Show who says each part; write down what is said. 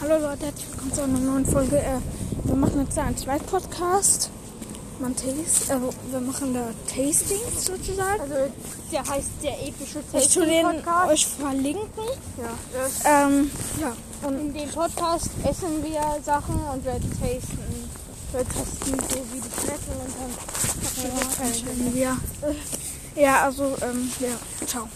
Speaker 1: Hallo Leute, herzlich willkommen zu einer neuen Folge. Äh, wir machen jetzt einen zweiten Podcast. Man taste, äh, wir machen da Tastings sozusagen.
Speaker 2: Also der heißt der epische
Speaker 1: ich tu den
Speaker 2: Tasting-Podcast.
Speaker 1: euch verlinken.
Speaker 2: Ja. Das-
Speaker 1: Ähm,
Speaker 2: In dem Podcast essen wir Sachen und wir tasten. Wir testen so wie die Kräfte
Speaker 1: äh,
Speaker 2: und dann machen wir
Speaker 1: ja, ja, also, ähm, ja, ciao.